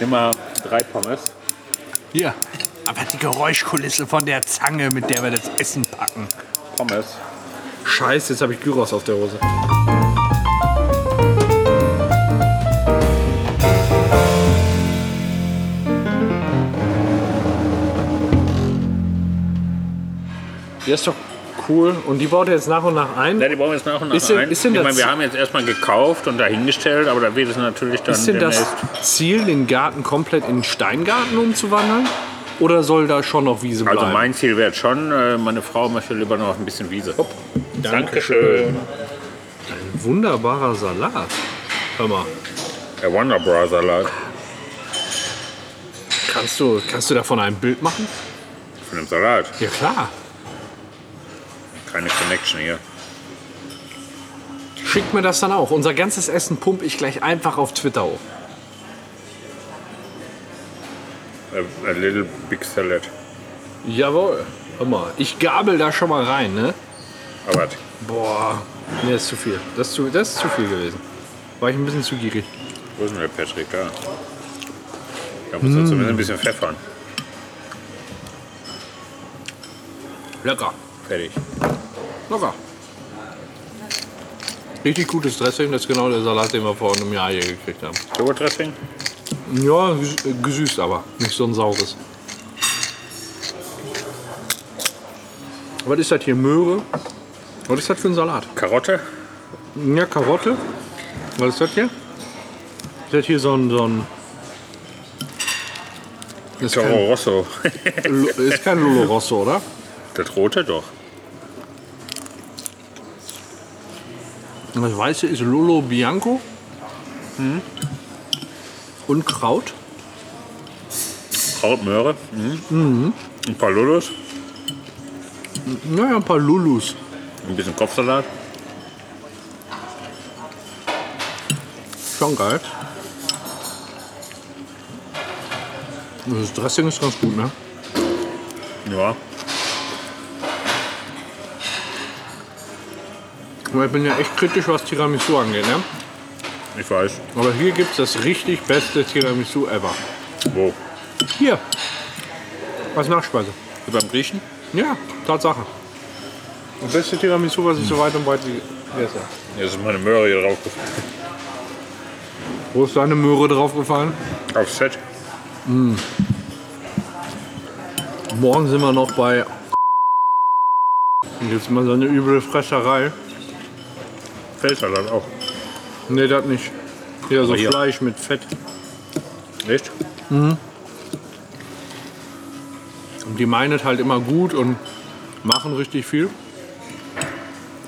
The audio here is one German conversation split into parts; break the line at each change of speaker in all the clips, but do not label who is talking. immer drei Pommes.
Hier. Aber die Geräuschkulisse von der Zange, mit der wir das Essen packen.
Pommes.
Scheiße, jetzt habe ich Gyros auf der Hose. Der ist doch cool. Und die baut er jetzt nach und nach ein.
Ja, die bauen wir jetzt nach und nach
Ist denn-
ein.
ist denn
ich meine,
das-
wir haben jetzt erstmal gekauft und dahingestellt, aber da wird es natürlich dann
Ist denn das
demnächst-
Ziel, den Garten komplett in einen Steingarten umzuwandeln? Oder soll da schon noch Wiese bleiben?
Also mein Ziel wäre schon, äh, meine Frau möchte lieber noch ein bisschen Wiese. Dankeschön.
Wunderbarer Salat. Hör mal,
Der Wonder Brother lag
kannst du, kannst du davon ein Bild machen?
von dem Salat.
Ja klar.
Keine Connection hier.
Schickt mir das dann auch. Unser ganzes Essen pump ich gleich einfach auf Twitter hoch.
Äh, A, a little big salad.
Jawohl. Hör mal, ich gabel da schon mal rein, ne?
Aber warte,
Boah. Nee, ist zu viel. Das ist zu, das ist zu viel gewesen. War ich ein bisschen zu gierig.
wo ist denn der Patrick da? Da muss
Mm.
er zumindest ein bisschen pfeffern.
Lecker.
Fertig.
Locker. Richtig gutes Dressing, das ist genau der Salat, den wir vor einem Jahr hier gekriegt haben.
Joghurt Dressing?
Ja, ges- äh, gesüßt aber, nicht so ein saures. Was ist das hier? Möhre? Was ist das für ein Salat?
Karotte?
Ja, Karotte. Was ist das hier? Ist das hier so ein. So ein ist, kein,
Toro Rosso.
ist kein Lolo Rosso, oder?
das rote doch.
Das weiße ist Lolo Bianco. Hm. Und Kraut.
Krautmöhre. Mhm. Ein paar Lullus.
Naja, ein paar Lulus.
Ein bisschen Kopfsalat.
Schon geil. Das Dressing ist ganz gut, ne?
Ja.
Aber Ich bin ja echt kritisch, was Tiramisu angeht, ne?
Ich weiß.
Aber hier gibt's das richtig beste Tiramisu ever.
Wo?
Hier. Als Nachspeise.
Beim Griechen?
Ja, Tatsache. Das beste Tiramisu, was ich so weit und breit gegessen habe.
Jetzt ist meine Möhre hier drauf gefallen.
Wo ist deine Möhre draufgefallen?
Auf Set.
Morgen sind wir noch bei. Hier gibt's mal so eine üble Fresserei.
Feldsalat auch.
Ne, das nicht. Ja, so
hier.
Fleisch mit Fett.
Echt?
Und die meinen es halt immer gut und machen richtig viel.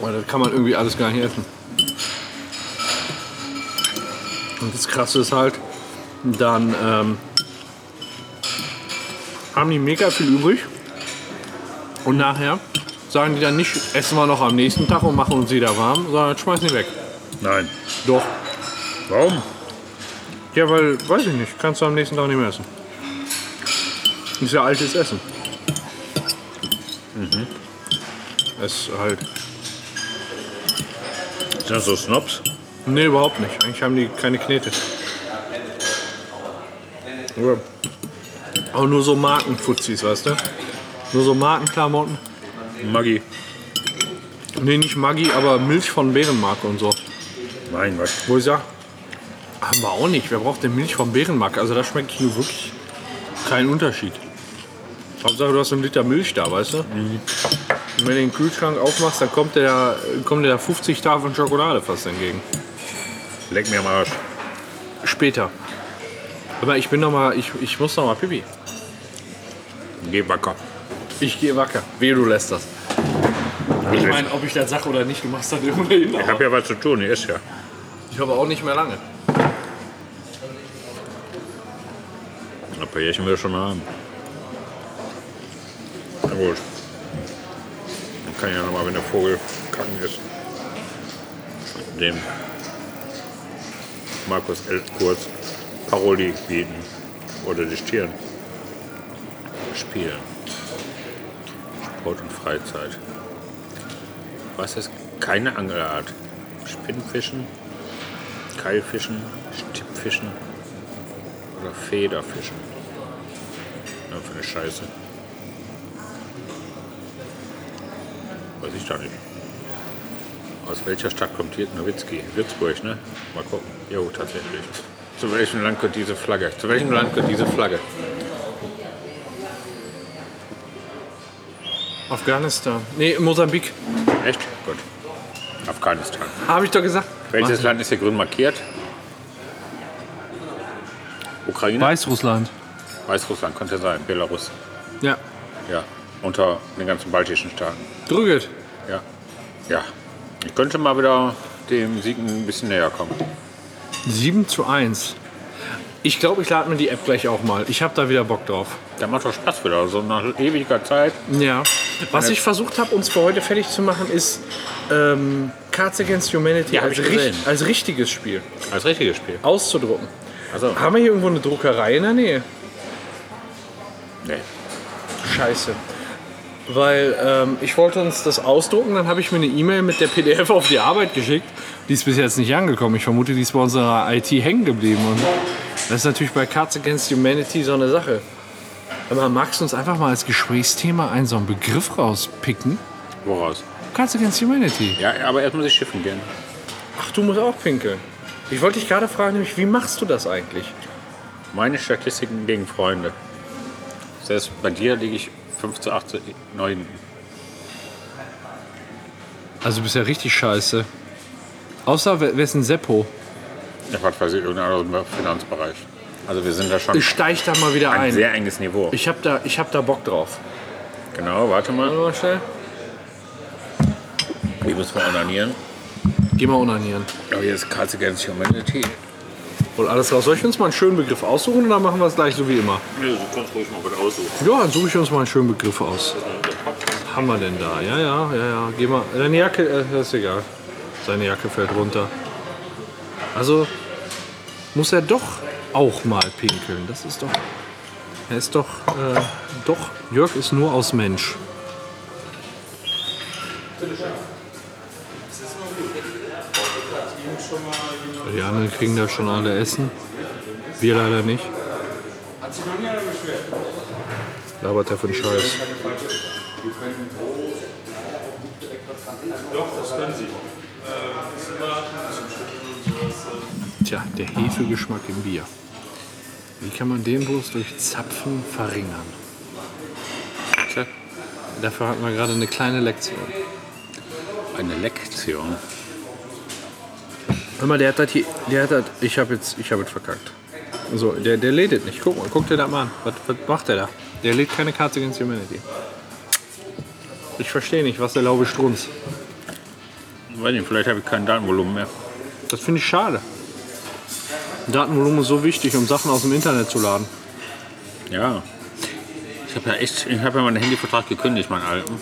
Aber das kann man irgendwie alles gar nicht essen. Und das Krasse ist halt, dann ähm, haben die mega viel übrig. Und nachher sagen die dann nicht, essen wir noch am nächsten Tag und machen uns wieder warm, sondern schmeißen die weg.
Nein.
Doch.
Warum?
Ja, weil, weiß ich nicht, kannst du am nächsten Tag nicht mehr essen. Ist ja altes Essen. Es halt.
Sind das so Snobs?
Nee, überhaupt nicht. Eigentlich haben die keine Knete. Ja. Aber nur so Markenfuzis, weißt du? Nur so Markenklamotten.
Maggi.
Nee, nicht Maggi, aber Milch von Bärenmarke und so.
Mein Gott.
Wo ich sag, haben wir auch nicht. Wer braucht denn Milch vom Bärenmarkt? Also da schmeckt hier wirklich keinen Unterschied. Hauptsache, du hast einen Liter Milch da, weißt du? Und wenn du den Kühlschrank aufmachst, dann kommt der, kommen dir da 50 Tafeln Schokolade fast entgegen.
Leck mir am Arsch.
Später. Aber ich bin noch mal, ich, ich muss noch mal pipi.
Geh wacker.
Ich gehe wacker. Wehe, du lässt das.
Ich,
Ich meine, ob ich das sag oder nicht, du machst das ohnehin.
hab ja was zu tun, ihr ist ja.
Ich habe auch nicht mehr lange.
Ein paar Jährchen will ich schon haben. Na gut. Dann kann ich ja nochmal, wenn der Vogel kacken ist, dem Markus L. Kurz Paroli bieten oder diktieren. Spielen. Sport und Freizeit. Was ist keine Angelart? Spinnfischen, Keilfischen, Stippfischen Oder Federfisch. Ja, für eine Scheiße. Weiß ich doch nicht. Aus welcher Stadt kommt hier Nowitzki? Würzburg, ne? Mal gucken. Jo, tatsächlich. Zu welchem Land gehört diese Flagge? Zu welchem Land gehört diese Flagge?
Afghanistan. Nee, Mosambik.
Echt? Gut. Afghanistan.
Habe ich doch gesagt.
Welches Land ist hier grün markiert? Ukraine?
Weißrussland.
Weißrussland könnte sein. Belarus.
Ja.
Ja. Unter den ganzen baltischen Staaten.
Drügelt.
Ja. Ja. Ich könnte mal wieder dem Sieg ein bisschen näher kommen.
7 zu 1. Ich glaube, ich lade mir die App gleich auch mal. Ich habe da wieder Bock drauf.
Da macht doch Spaß wieder. So nach ewiger Zeit.
Ja. Was ich versucht habe, uns für heute fertig zu machen, ist ähm, Cards Against Humanity
Ja, hab
als,
ich
richt-
gesehen.
als richtiges Spiel
Als richtiges Spiel.
auszudrucken.
Also.
Haben wir hier irgendwo eine Druckerei in der Nähe?
Nee.
Scheiße. Weil ähm, ich wollte uns das ausdrucken, dann habe ich mir eine E-Mail mit der PDF auf die Arbeit geschickt. Die ist bis jetzt nicht angekommen. Ich vermute, die ist bei unserer IT hängen geblieben. Und das ist natürlich bei Cards Against Humanity so eine Sache. Aber magst du uns einfach mal als Gesprächsthema einen so einen Begriff rauspicken?
Woraus?
Cards Against Humanity.
Ja, aber erst muss ich schiffen gehen.
Ach, du musst auch pinkeln. Ich wollte dich gerade fragen, nämlich, wie machst du das eigentlich?
Meine Statistiken gegen Freunde. Selbst bei dir liege ich 5 zu 8 zu 9.
Also, du bist ja richtig scheiße. Außer, wer wer ist ein Seppo?
Ja, was weiß ich, irgendein anderer Finanzbereich. Also wir sind da schon
Ich steig da mal wieder
ein
ein.
sehr enges Niveau.
Ich hab da, ich hab da Bock drauf.
Genau, warte mal.
Warte mal schnell.
Wir müssen mal onanieren.
Geh mal unanieren.
Aber Oh, hier ist Cards Against Humanity.
Und alles raus. Soll ich uns mal einen schönen Begriff aussuchen oder machen wir es gleich so wie immer?
Nee, du kannst ruhig mal was aussuchen.
Ja, dann suche ich uns mal einen schönen Begriff aus. Was haben wir denn da? Ja, ja, ja, ja. Geh mal. Deine Jacke, äh, das ist egal. Seine Jacke fällt runter. Also muss er doch auch mal pinkeln. Das ist doch. Er ist doch. Äh, doch, Jörg ist nur aus Mensch. Die anderen kriegen da schon alle Essen. Wir leider nicht. Labert er von Scheiß. Tja, der Hefegeschmack im Bier. Wie kann man den bloß durch Zapfen verringern?
Tja,
Dafür hatten wir gerade eine kleine Lektion.
Eine Lektion.
Hör mal, der hat das hier. Der hat das, ich habe jetzt, ich habe jetzt verkackt. So, der, der lädt es nicht. Guck mal, guck dir das mal an. Was, was macht der da? Der lädt keine Karte Against Humanity. Ich verstehe nicht, was der Laube strunzt.
Ich weiß nicht, vielleicht habe ich kein Datenvolumen mehr.
Das finde ich schade. Datenvolumen ist so wichtig, um Sachen aus dem Internet zu laden.
Ja. Ich habe ja echt, ich habe ja meinen Handyvertrag gekündigt, meinen alten.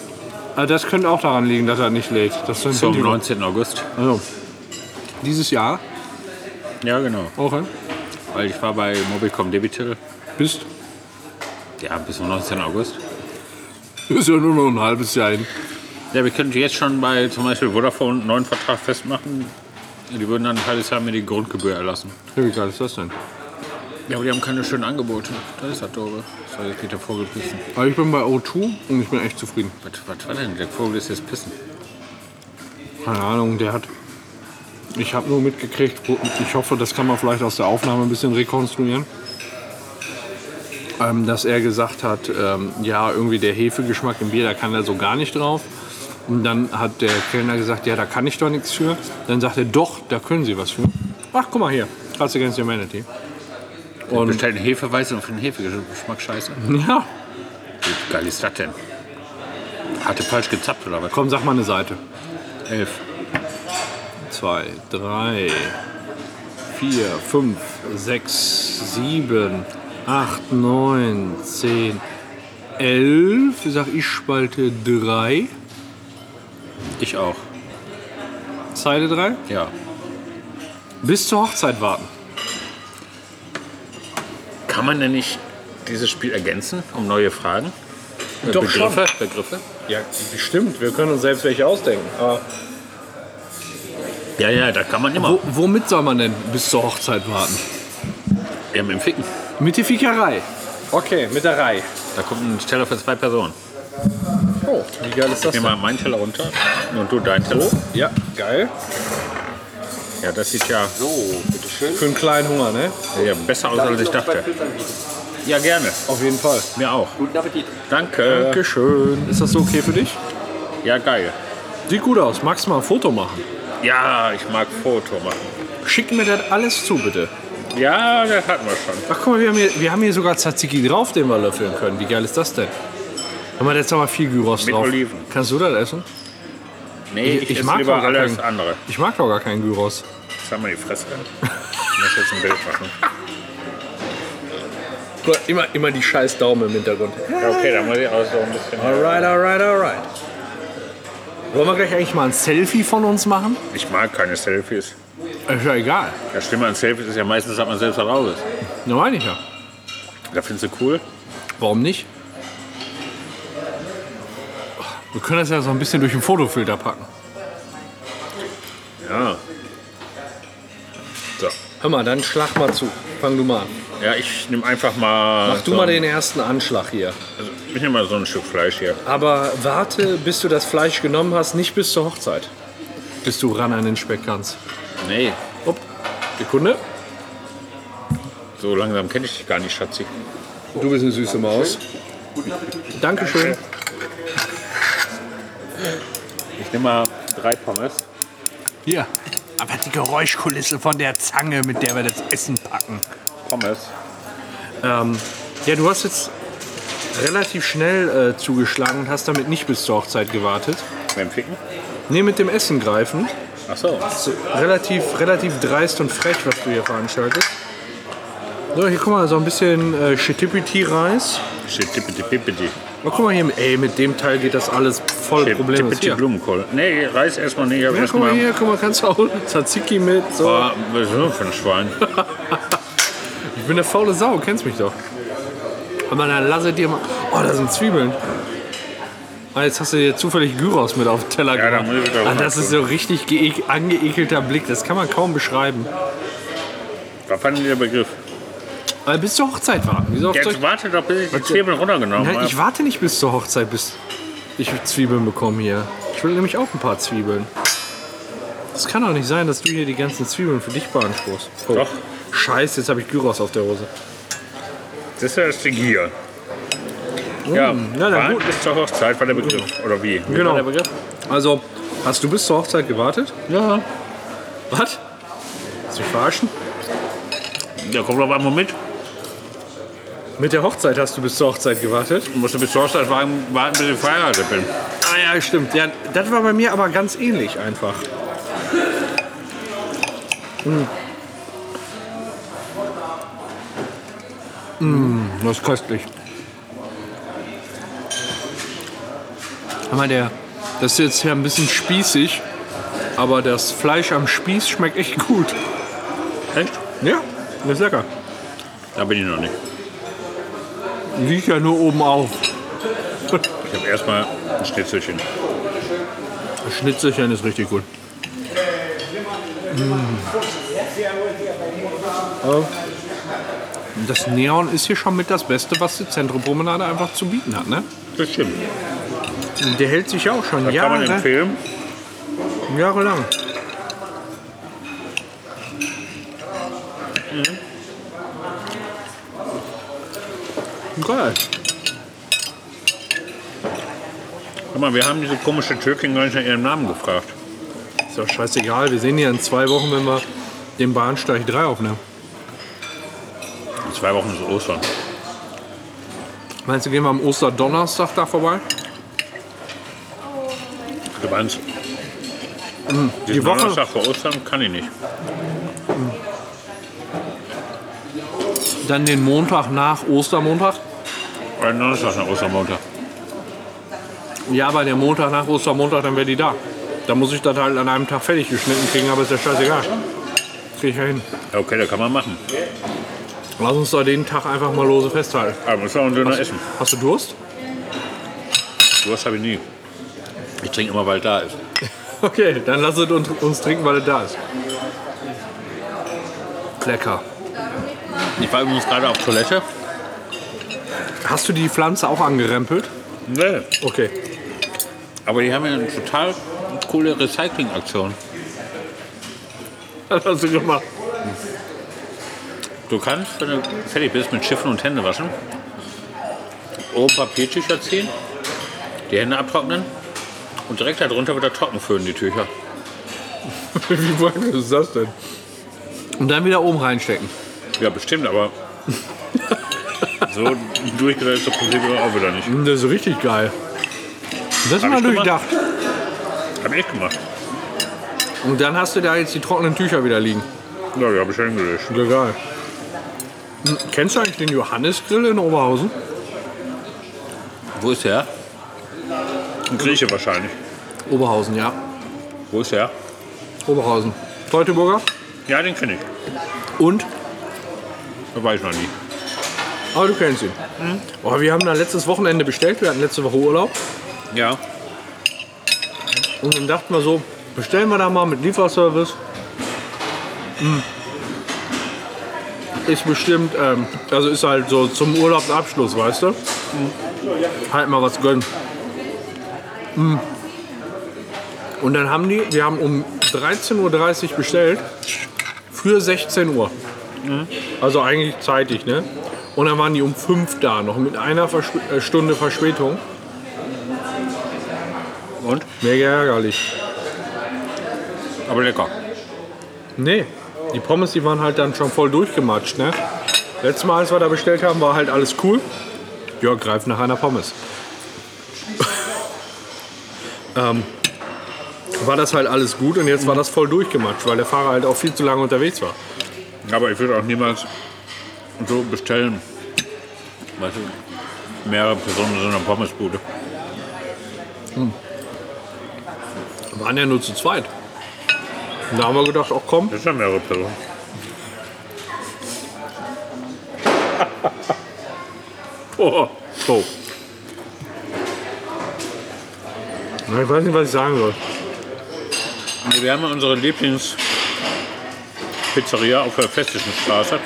Aber Ah, das könnte auch daran liegen, dass er nicht lädt. Das sind
Zum
die-
19. August.
Also, dieses Jahr
Ja, genau.
auch, okay.
Weil ich war bei Mobilcom Debitel.
bist,
Ja, bis zum 19. August.
ist ja nur noch ein halbes Jahr hin.
Ja, wir könnten jetzt schon bei zum Beispiel Vodafone einen neuen Vertrag festmachen. Die würden dann ein halbes Jahr mir die Grundgebühr erlassen.
Wie geil ist das denn?
Ja, aber die haben keine schönen Angebote. Das ist das Doofe. So, jetzt geht der Vogel pissen.
Aber ich bin bei O2 und ich bin echt zufrieden.
Was, was war denn? Der Vogel ist jetzt pissen.
Keine Ahnung, der hat. Ich habe nur mitgekriegt, wo- ich hoffe, das kann man vielleicht aus der Aufnahme ein bisschen rekonstruieren, ähm, dass er gesagt hat, ähm, ja, irgendwie der Hefegeschmack im Bier, da kann er so gar nicht drauf. Und dann hat der Kellner gesagt, ja, da kann ich doch nichts für. Dann sagt er, doch, da können Sie was für. Ach, guck mal hier, Cards Against Humanity.
Und bestellen Hefeweiße und für den Hefegeschmack scheiße.
Ja,
Wie geil ist das denn? Hatte falsch gezappt oder was?
komm, sag mal eine Seite.
Elf.
zwei, drei, vier, fünf, sechs, sieben, acht, neun, zehn, elf. Sag ich Spalte drei,
Ich auch.
Zeile drei.
Ja.
Bis zur Hochzeit warten.
Kann man denn nicht dieses Spiel ergänzen um neue Fragen? Äh,
Doch
Begriffe? Begriffe?
Ja, stimmt. Wir können uns selbst welche ausdenken.
Ja, ja, da kann man immer.
womit soll man denn bis zur Hochzeit warten?
Ja, mit dem Ficken.
Mit der Fickerei. Okay, mit der Reihe.
Da kommt ein Teller für zwei Personen.
Oh, wie geil ist das
Ich
denn?
nehme mal meinen Teller runter und du deinen Teller.
Ja, geil.
Ja, das sieht ja,
So, bitteschön.
Für einen kleinen Hunger, ne?
ja besser aus, als ich dachte. Ja, gerne.
Auf jeden Fall.
Mir auch.
Guten Appetit.
Danke.
Dankeschön. Ist das so okay für dich?
Ja, geil.
Sieht gut aus. Magst du mal ein Foto machen?
Ja, ich mag Foto machen.
Schick mir das alles zu, bitte.
Ja, das hatten wir schon.
Ach guck mal, wir haben hier, wir haben hier sogar Tzatziki drauf, den wir löffeln können. Wie geil ist das denn? Haben wir jetzt aber viel Gyros
Mit
drauf.
Oliven.
Kannst du das essen?
Nee, ich, esse lieber
doch gar
alles
keinen-
andere.
Ich mag doch gar keinen Gyros.
Jetzt haben wir die Fresse. Ich muss jetzt ein Bild machen.
Guck mal, Immer, immer die scheiß Daumen im Hintergrund.
Ja, okay, dann muss ich auch so ein bisschen.
Alright, alright, alright. Wollen wir gleich eigentlich mal ein Selfie von uns machen?
Ich mag keine Selfies.
Ist ja egal.
Das Schlimme an Selfies ist ja meistens, dass man selbst raus ist.
Da meine ich ja.
Da findest du cool.
Warum nicht? Wir können das ja so ein bisschen durch den Fotofilter packen.
Ja. So.
Hör mal, dann schlag mal zu. Fang du mal an.
Ja, ich nehme einfach mal.
Mach du
so
mal
ein-
den ersten Anschlag hier.
Also, ich nehme mal so ein Stück Fleisch hier.
Aber warte, bis du das Fleisch genommen hast, nicht bis zur Hochzeit. Bis du ran an den Speck kannst.
Nee,
Hopp. Sekunde.
so langsam kenne ich dich gar nicht, Schatzi.
Du bist eine süße Maus. Dankeschön.
Ich nehme mal drei Pommes.
Hier. Aber die Geräuschkulisse von der Zange, mit der wir das Essen packen.
Pommes.
Ähm, ja, du hast jetzt relativ schnell äh, zugeschlagen und hast damit nicht bis zur Hochzeit gewartet.
Beim Ficken?
Nee, mit dem Essen greifen.
Ach so.
So, relativ, relativ dreist und frech, was du hier veranstaltest. So, hier guck mal, so ein bisschen äh, Schittipiti-Reis.
Shit, tippity, pippity.
Oh, guck mal hier, ey, mit dem Teil geht das alles voll
Shit,
problemlos.
tippity,
Hier.
Blumenkohl. Nee, Reis erstmal nicht. aber
Ja, guck mal
erstmal.
hier, guck mal, kannst du auch Tzatziki mit. So.
Boah, Oh, was ist das für ein Schwein?
Ich bin eine faule Sau, kennst mich doch. Aber dann lasse dir mal. Oh, da sind Zwiebeln. Ah, jetzt hast du dir zufällig Gyros mit auf den Teller
Ja, da
gemacht.
muss ich wieder
ah, das
runter
ist so richtig geek- angeekelter Blick, das kann man kaum beschreiben.
Was fand denn der Begriff?
Aber bis zur Hochzeit warten. Wieso auf
Jetzt
Zeug-
warte doch, bis ich die Zwiebeln runtergenommen
Nein,
habe.
ich warte nicht bis zur Hochzeit, bis ich Zwiebeln bekomme hier. Ich will nämlich auch ein paar Zwiebeln. Es kann doch nicht sein, dass du hier die ganzen Zwiebeln für dich beanspruchst. Oh.
Doch.
Scheiße, jetzt habe ich Gyros auf der Hose.
Das ist ja das die Gier. Ja,
Mm, Hm, na dann
warten
gut.
bis zur Hochzeit war der Begriff. Oder wie? Wie
Genau.
war der Begriff?
Also, hast du bis zur Hochzeit gewartet?
Ja.
Was? Hast du mich verarschen?
Ja, komm doch mal mit.
Mit der Hochzeit hast du bis zur Hochzeit gewartet?
Du musst bis zur Hochzeit warten, warten, bis ich verheiratet bin.
Ah ja, stimmt. Ja, das war bei mir aber ganz ähnlich einfach. Hm. Mm. das ist köstlich. Aber der, das ist jetzt hier ein bisschen spießig, aber das Fleisch am Spieß schmeckt echt gut.
Echt?
Ja, das ist lecker.
Da bin ich noch nicht.
Liegt ja nur oben auf.
Ich habe erstmal ein Schnitzelchen.
Das Schnitzelchen ist richtig gut. Mm. Also, Das Neon ist hier schon mit das Beste, was die Zentrumpromenade einfach zu bieten hat. Ne?
Das stimmt.
Der hält sich ja äh? auch schon
Das kann man
Jahre,
empfehlen.
jahrelang. Mhm. Geil.
Guck mal, wir haben diese komische Türkin gar nicht nach ihrem Namen gefragt.
Ist doch scheißegal, wir sehen ja in zwei Wochen, wenn wir den Bahnsteig 3 aufnehmen.
In zwei Wochen ist Ostern.
Meinst du, gehen wir am Osterdonnerstag da vorbei?
Du meinst,
Mhm. Die Woche,
Donnerstag vor Ostern kann ich nicht.
Dann den Montag nach Ostermontag.
Oder Donnerstag nach Ostermontag.
Ja, aber der Montag nach Ostermontag, dann wäre die da. Da muss ich das halt an einem Tag fertig geschnitten kriegen, aber ist ja scheißegal. Krieg ich ja hin.
Ja, okay, das kann man machen.
Lass uns doch den Tag einfach mal lose festhalten.
Aber muss auch einen Döner essen.
Hast du Durst?
Sowas habe ich nie. Ich trinke immer, weil da ist.
Okay, dann lass es uns, uns trinken, weil es da ist. Lecker.
Ich war übrigens gerade auf Toilette.
Hast du die Pflanze auch angerempelt?
Nee.
Okay.
Aber die haben ja eine total coole Recycling-Aktion.
Das hast du gemacht.
Du kannst, wenn du fertig bist mit Schiffen und Hände waschen, oben Papiertücher ziehen, die Hände abtrocknen und direkt darunter wieder trocken föhnen die Tücher.
Wie wollen ist das denn? Und dann wieder oben reinstecken.
Ja, bestimmt, aber so durchgedreht ist das Problem aber auch wieder nicht.
Das ist richtig geil. Das ist
Hab
mal
ich gemacht.
durchdacht.
Hab ich gemacht.
Und dann hast du da jetzt die trockenen Tücher wieder liegen.
Ja, die hab ich hingelegt.
Ist Egal. Hm, Kennst du eigentlich den Johannesgrill in Oberhausen?
Wo ist der? Ein Grieche wahrscheinlich.
Oberhausen, ja.
Wo ist der?
Oberhausen. Teutoburger.
Ja, den kenne ich.
Und?
Das weiß ich noch nie.
Aber Ah, du kennst ihn. Oh, wir haben da letztes Wochenende bestellt. Wir hatten letzte Woche Urlaub.
Ja.
Und dann dachten wir so, bestellen wir da mal mit Lieferservice. Hm. Ist bestimmt, ähm, also ist halt so zum Urlaubsabschluss, weißt du? Halt mal was gönnen. Hm. Und dann haben die, wir haben um 13.30 Uhr bestellt für 16 Uhr. Also eigentlich zeitig, ne? Und dann waren die um 5 da, noch mit einer Versp äh, Stunde Verspätung.
Und?
Mega ärgerlich.
Aber lecker.
Nee, die Pommes, die waren halt dann schon voll durchgematscht, ne? Letztes Mal, als wir da bestellt haben, war halt alles cool. Jörg greift nach einer Pommes. ähm, war das halt alles gut und jetzt war das voll durchgematscht, weil der Fahrer halt auch viel zu lange unterwegs war.
Aber ich würde auch niemals so bestellen. Weißt du, mehrere Personen in so einer Pommesbude.
Wir waren ja nur zu zweit. Und da haben wir gedacht, ach komm,
Das sind ja mehrere Personen.
oh, so. Na, Ich weiß nicht, was ich sagen soll.
Wir haben ja unsere Lieblingspizzeria auf der Festischen Straße.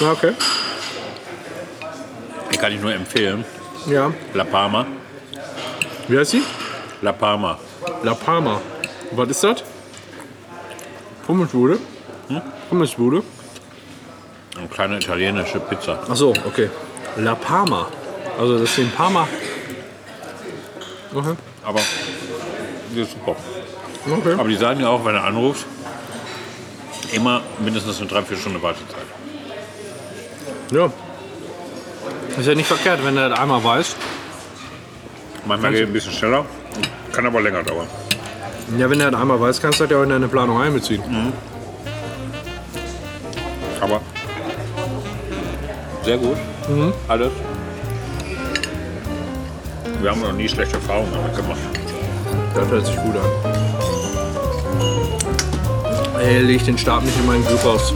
Ja, okay.
Die kann ich nur empfehlen.
Ja.
La Palma.
Wie heißt sie?
La Palma.
La Palma. Was ist das? Pommesbude? Hm? Pommesbude?
Eine kleine italienische Pizza.
Ach so, okay. La Palma. Also das ist in Parma. Okay.
Aber die ist super.
okay.
Aber die sagen ja auch, wenn du anrufst, immer mindestens eine 3-4 Stunden Wartezeit.
Ja. Ist ja nicht verkehrt, wenn du das einmal weißt.
Manchmal geht es ein bisschen schneller, kann aber länger dauern.
Ja, wenn du das einmal weißt, kannst du das ja auch in deine Planung einbeziehen.
Aber sehr gut. Alles. Wir haben noch nie schlechte Erfahrungen damit gemacht.
Das hört sich gut an. Ey, leg den Stab nicht in meinen Griff aus.